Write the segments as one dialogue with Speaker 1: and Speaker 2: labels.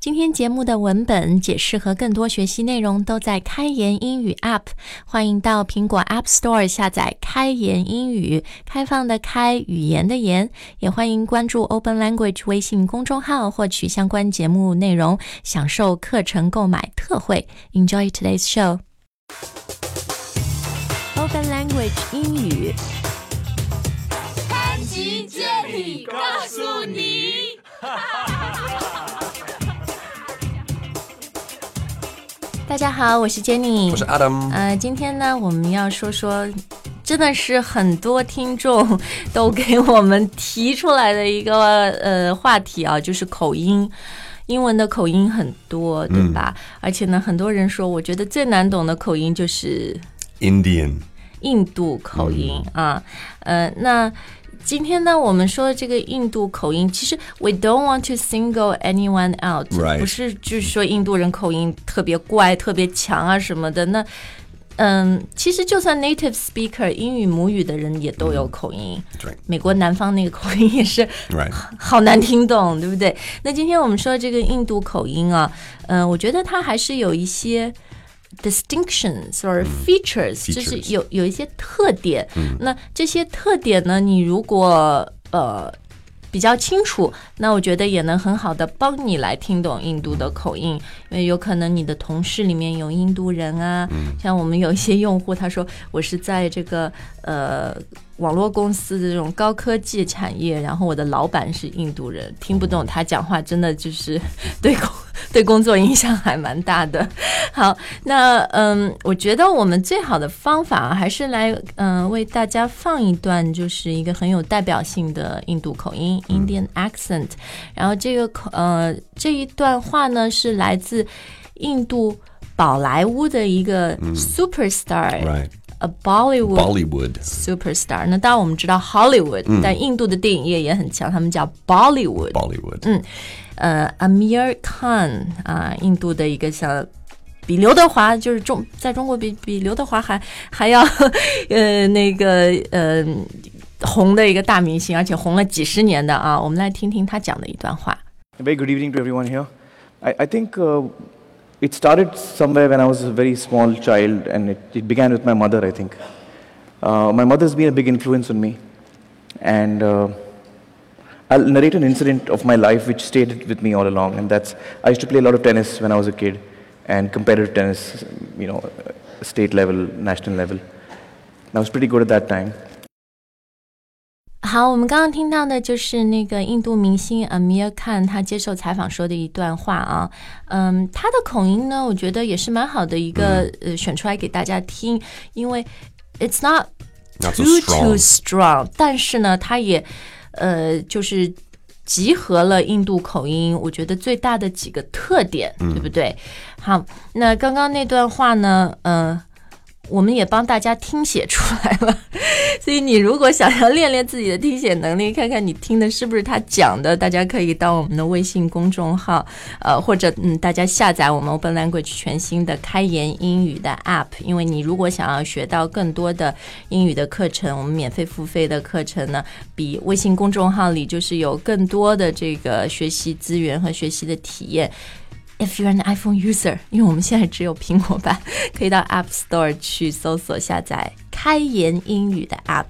Speaker 1: 今天节目的文本解释和更多学习内容都在开言英语 App，欢迎到苹果 App Store 下载开言英语，开放的开，语言的言，也欢迎关注 Open Language 微信公众号获取相关节目内容，享受课程购买特惠。Enjoy today's show. Open Language 英语
Speaker 2: 潘吉这里告诉你，
Speaker 1: 大家好，我是 Jenny，
Speaker 3: 我是 Adam，、
Speaker 1: 呃，今天呢，我们要说说，真的是很多听众都给我们提出来的一个呃话题啊，就是口音。英文的口音很多，对吧？
Speaker 3: 嗯
Speaker 1: 而且呢，很多人说，我觉得最难懂的口音就是
Speaker 3: Indian，
Speaker 1: 印度口音、啊。呃，那今天呢，我们说这个印度口音，其实 we don't want to single anyone out，、
Speaker 3: Right
Speaker 1: 不是就是说印度人口音特别怪、特别强啊什么的。那嗯，其实就算 native speaker 英语母语的人也都有口音，
Speaker 3: 对
Speaker 1: 美国南方那个口音也是
Speaker 3: ，right，
Speaker 1: 好难听懂，对不对？那今天我们说这个印度口音啊，嗯、我觉得它还是有一些 distinctions or features，、就是有有一些特点。那这些特点呢，你如果呃。比较清楚，那我觉得也能很好的帮你来听懂印度的口音，因为有可能你的同事里面有印度人啊，像我们有一些用户，他说我是在这个呃网络公司的这种高科技产业，然后我的老板是印度人，听不懂他讲话，真的就是对工 对工作影响还蛮大的。好，那嗯，我觉得我们最好的方法啊还是来嗯、为大家放一段，就是一个很有代表性的印度口音 （Indian accent）。然后这个口呃这一段话呢是来自印度宝莱坞的一个 superstar、
Speaker 3: right.
Speaker 1: a Bollywood
Speaker 3: Bollywood.
Speaker 1: superstar。那当然我们知道 Hollywood，、但印度的电影业也很强，他们叫 Bollywood。
Speaker 3: Bollywood.
Speaker 1: 呃，Amir Khan 啊、印度的一个像。比刘德华就是中在中国比比刘德华还还要 呃那个呃红的一个大明星，而且红了几十年的啊，我们来听听他讲的一段话。
Speaker 4: A very good evening to everyone here. I, I think uh, it started somewhere when I was a very small child, and it, it began with my mother, I think. Uh, my mother's been a big influence on me, and uh, I'll narrate an incident of my life which stayed with me all along, and that's I used to play a lot of tennis when I was a kid, and competitive tennis, you know, state level, national level. And I was pretty good at that time.
Speaker 1: 好，我们刚刚听到的就是那个印度明星 Amir Khan 他接受采访说的一段话啊，嗯，他的口音呢，我觉得也是蛮好的一个、
Speaker 3: 嗯
Speaker 1: 呃选出来给大家听，因为 it's not
Speaker 3: Not so
Speaker 1: too too
Speaker 3: strong.
Speaker 1: strong，但是呢，它也呃就是集合了印度口音，我觉得最大的几个特点，
Speaker 3: 嗯
Speaker 1: 对不对？好，那刚刚那段话呢，呃，我们也帮大家听写出来了， 所以你如果想要练练自己的听写能力，看看你听的是不是他讲的，大家可以到我们的微信公众号，呃，或者嗯，大家下载我们 Open Language 全新的开言英语的 App，因为你如果想要学到更多的英语的课程，我们免费付费的课程呢，比微信公众号里就是有更多的这个学习资源和学习的体验。If you're an iPhone user，因为我们现在只有苹果版，可以到 App Store 去搜索下载开言英语的 App，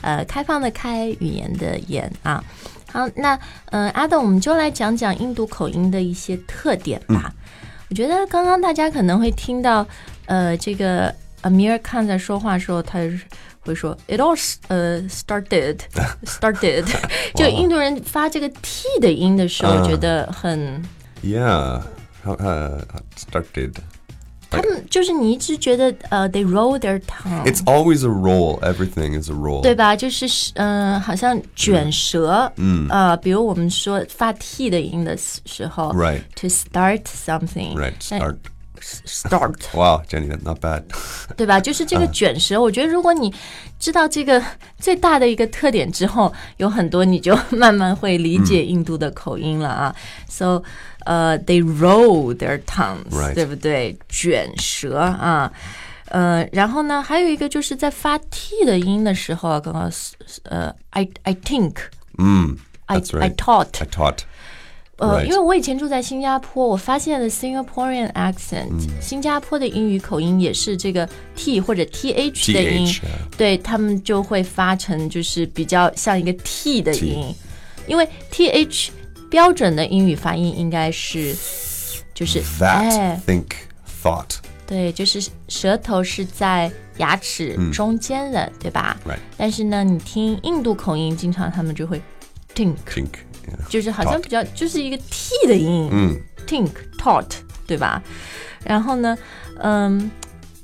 Speaker 1: 呃，开放的开，语言的言啊。好，那嗯，阿豆，我们就来讲讲印度口音的一些特点吧。我觉得刚刚大家可能会听到，呃，这个 Amir Khan 在说话的时候，他就是会说 "It all 呃 started started"，就印度人发这个 t 的音的时候，我觉得很。
Speaker 3: Yeah. How- Uh, started.
Speaker 1: 他们就是你一直觉得呃，they roll their tongue，
Speaker 3: It's always a roll. Everything is a roll.
Speaker 1: 对吧？就是嗯、呃好像卷舌，嗯，呃，比如我们说发 t 的音的时候
Speaker 3: Right
Speaker 1: to start something，
Speaker 3: Right.
Speaker 1: 但
Speaker 3: Start.
Speaker 1: start，
Speaker 3: Wow, Jenny, that's not bad.
Speaker 1: 对吧？就是
Speaker 3: 嗯
Speaker 1: 这个卷舌，我觉得如果你知道这个最大的一个特点之后，有很多你就 慢慢会理
Speaker 3: 嗯
Speaker 1: 解印度的口音了啊。So，呃、t h e y roll their tongues，、
Speaker 3: Right
Speaker 1: 对不对？卷舌啊。呃，然后呢，还有一个就是在发 t 的音的时候啊，刚刚呃，I I think，I
Speaker 3: Mm, that's
Speaker 1: I
Speaker 3: right.
Speaker 1: taught，
Speaker 3: I taught.
Speaker 1: 呃
Speaker 3: Right.
Speaker 1: 因为我以前住在新加坡，我发现了 Singaporean accent，、新
Speaker 3: 嗯
Speaker 1: 加坡的英语口音也是这个 T 或者 TH 的音
Speaker 3: TH 啊
Speaker 1: 对他们就会发成就是比较像一个 T 的
Speaker 3: T
Speaker 1: 音，因为 TH 标准的英语发音应该是就是哎
Speaker 3: That,，think, thought.
Speaker 1: 对，就是舌头是在牙齿中间的，对吧
Speaker 3: 嗯 Right.
Speaker 1: 但是呢，你听印度口音，经常他们就会 tink，
Speaker 3: Think. Yeah.
Speaker 1: 就是好像
Speaker 3: Tot
Speaker 1: 比较就是一个 t 的音，嗯，tink tot，对吧？然后呢，嗯，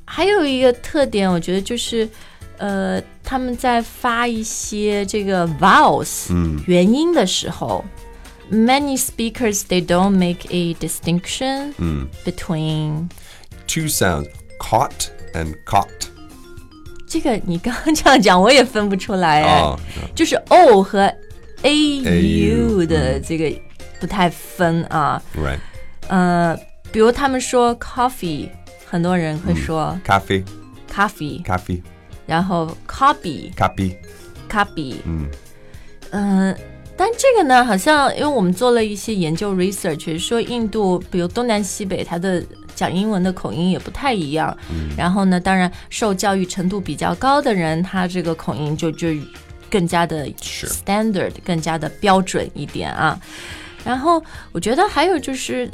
Speaker 1: 还有一个特点，我觉得就是，呃，他们在发一些这个 vowels 元音的时候。Many speakers they don't make a distinction between
Speaker 3: Two sounds. Caught and caught.
Speaker 1: 这个你刚刚这样讲，我也分不出来哎，
Speaker 3: Oh,
Speaker 1: 就是 o 和 a u 嗯
Speaker 3: AU
Speaker 1: 的这个不太分啊。
Speaker 3: right.
Speaker 1: 呃，比如他们说 coffee，很多人会说
Speaker 3: Cafe,
Speaker 1: coffee，、
Speaker 3: cafe,
Speaker 1: 然后 copy
Speaker 3: capi.
Speaker 1: copy，嗯呃但这个呢，好像因为我们做了一些研究 research，说印度，比如东南西北，它的讲英文的口音也不太一样。然后呢，当然受教育程度比较高的人，他这个口音就就更加的 standard，更加的标准一点啊。然后我觉得还有就是。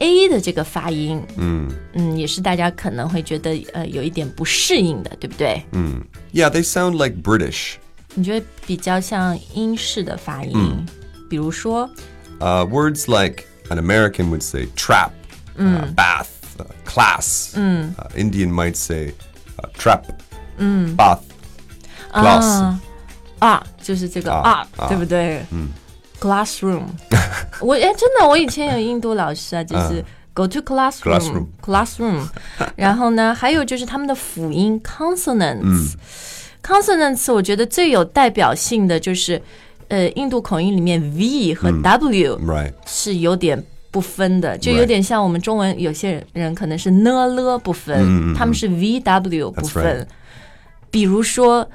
Speaker 1: A 的这个发音，嗯嗯，也是大家可能会觉得呃有一点不适应的，对不对？
Speaker 3: Yeah, they sound like British.
Speaker 1: 你觉得比较像英式的发音，
Speaker 3: 嗯
Speaker 1: 比如说
Speaker 3: Uh, words like an American would say trap, uh, bath, uh, class. Uh, Indian might say uh, trap, bath, class.
Speaker 1: 啊，就是这个啊
Speaker 3: 啊，
Speaker 1: 对不对？嗯，classroom，我 哎，真的，我以前有印度老师啊，
Speaker 3: 嗯
Speaker 1: 就是。Go to classroom, classroom，然后呢，还有就是他们的辅音
Speaker 3: 嗯
Speaker 1: consonants，consonants，我觉得最有代表性的就是，呃，印度口音里面 V 和 W，、
Speaker 3: 嗯 Right.
Speaker 1: 是有点不分的，就有点像我们中文有些人可能是呢了不分，他们是 V W 不分。
Speaker 3: right
Speaker 1: 比如说，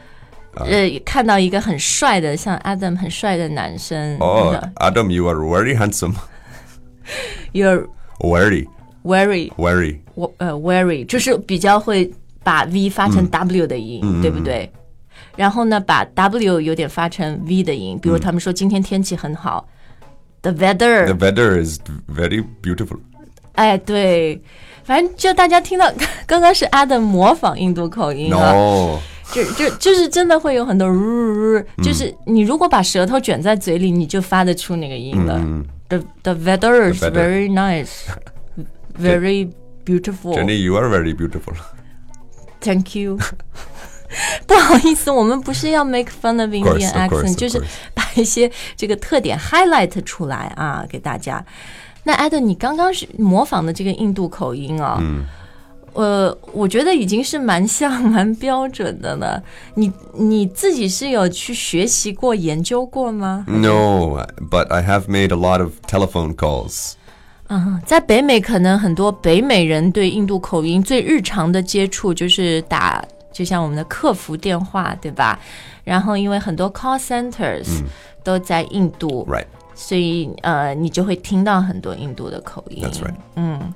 Speaker 1: 呃，看到一个很帅的，像 Adam 很帅的男生、
Speaker 3: Oh,
Speaker 1: 那
Speaker 3: Adam, you are very handsome.
Speaker 1: ，You're
Speaker 3: Very,
Speaker 1: very
Speaker 3: very.
Speaker 1: 我呃 very 就是比较会把 V 发成 W 的音，对不对？然后呢，把 W 有点发成 V 的音，比如他们说今天天气很好、t h e weather
Speaker 3: The weather is very beautiful.
Speaker 1: 哎，对，反正就大家听到 刚刚是 Adam 模仿印度口音啊，
Speaker 3: No.
Speaker 1: 就就就是真的会有很多呜呜，
Speaker 3: 嗯
Speaker 1: 就是你如果把舌头卷在嘴里，你就发得出那个音了。The the weather is
Speaker 3: 嗯 The weather.
Speaker 1: very nice, very beautiful.
Speaker 3: Jenny, you are very beautiful.
Speaker 1: Thank you. 不好意思，我们不是要 make fun of
Speaker 3: course,
Speaker 1: Indian
Speaker 3: of course,
Speaker 1: accent，
Speaker 3: of
Speaker 1: 就是
Speaker 3: course.
Speaker 1: 把一些这个特点 highlight 出来啊，给大家。那 Adam，你刚刚是模仿的这个印度口音啊、
Speaker 3: 嗯
Speaker 1: 呃，我觉得已经是蛮像、蛮标准的了。你你自己是有去学习过、研究过吗？
Speaker 3: No, but I have made a lot of telephone calls.
Speaker 1: 嗯，在北美，可能很多北美人对印度口音最日常的接触就是打，就像我们的客服电话，对吧？然后，因为很多 call centers 都在印度，
Speaker 3: Right.
Speaker 1: 所以呃，你就会听到很多印度的口音。嗯
Speaker 3: That's right.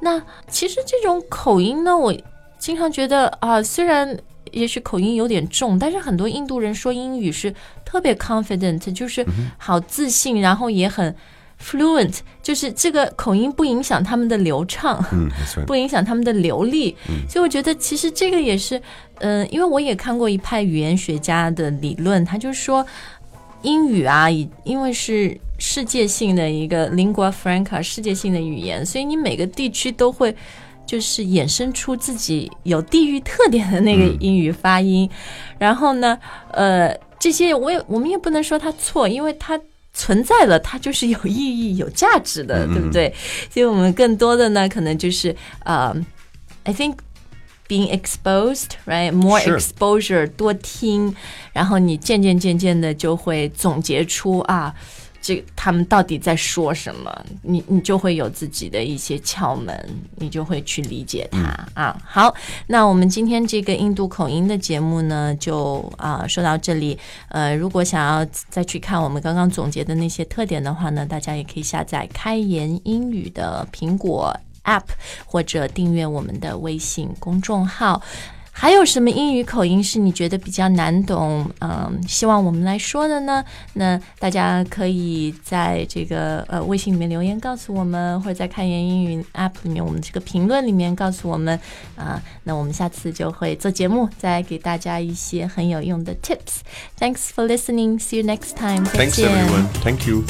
Speaker 1: 那其实这种口音呢，我经常觉得啊、虽然也许口音有点重，但是很多印度人说英语是特别 confident，就是好自信，然后也很 fluent，就是这个口音不影响他们的流畅。
Speaker 3: Mm, that's right.
Speaker 1: 不影响他们的流利。
Speaker 3: 嗯
Speaker 1: 所以我觉得其实这个也是，嗯、因为我也看过一派语言学家的理论，他就说英语啊，以因为是世界性的一个 lingua franca 世界性的语言，所以你每个地区都会。就是衍生出自己有地域特点的那个英语发音，然后呢，呃，这些我也我们也不能说它错，因为它存在了，它就是有意义、有价值的，对不对？所以我们更多的呢，可能就是呃、i think being exposed, right? More
Speaker 3: Sure.
Speaker 1: exposure，多听，然后你渐渐渐渐的就会总结出啊，这他们到底在说什么，你你就会有自己的一些窍门，你就会去理解它、啊。好，那我们今天这个印度口音的节目呢，就啊、说到这里。呃，如果想要再去看我们刚刚总结的那些特点的话呢，大家也可以下载开言英语的苹果 App，或者订阅我们的微信公众号。还有什么英语口音是你觉得比较难懂？嗯，希望我们来说的呢？那大家可以在这个呃微信里面留言告诉我们，或者在看言英语 App 里面我们这个评论里面告诉我们啊、那我们下次就会做节目，再给大家一些很有用的 tips。Thanks for listening. See you next time. 再
Speaker 3: Thanks,
Speaker 1: 见。
Speaker 3: everyone. Thank you.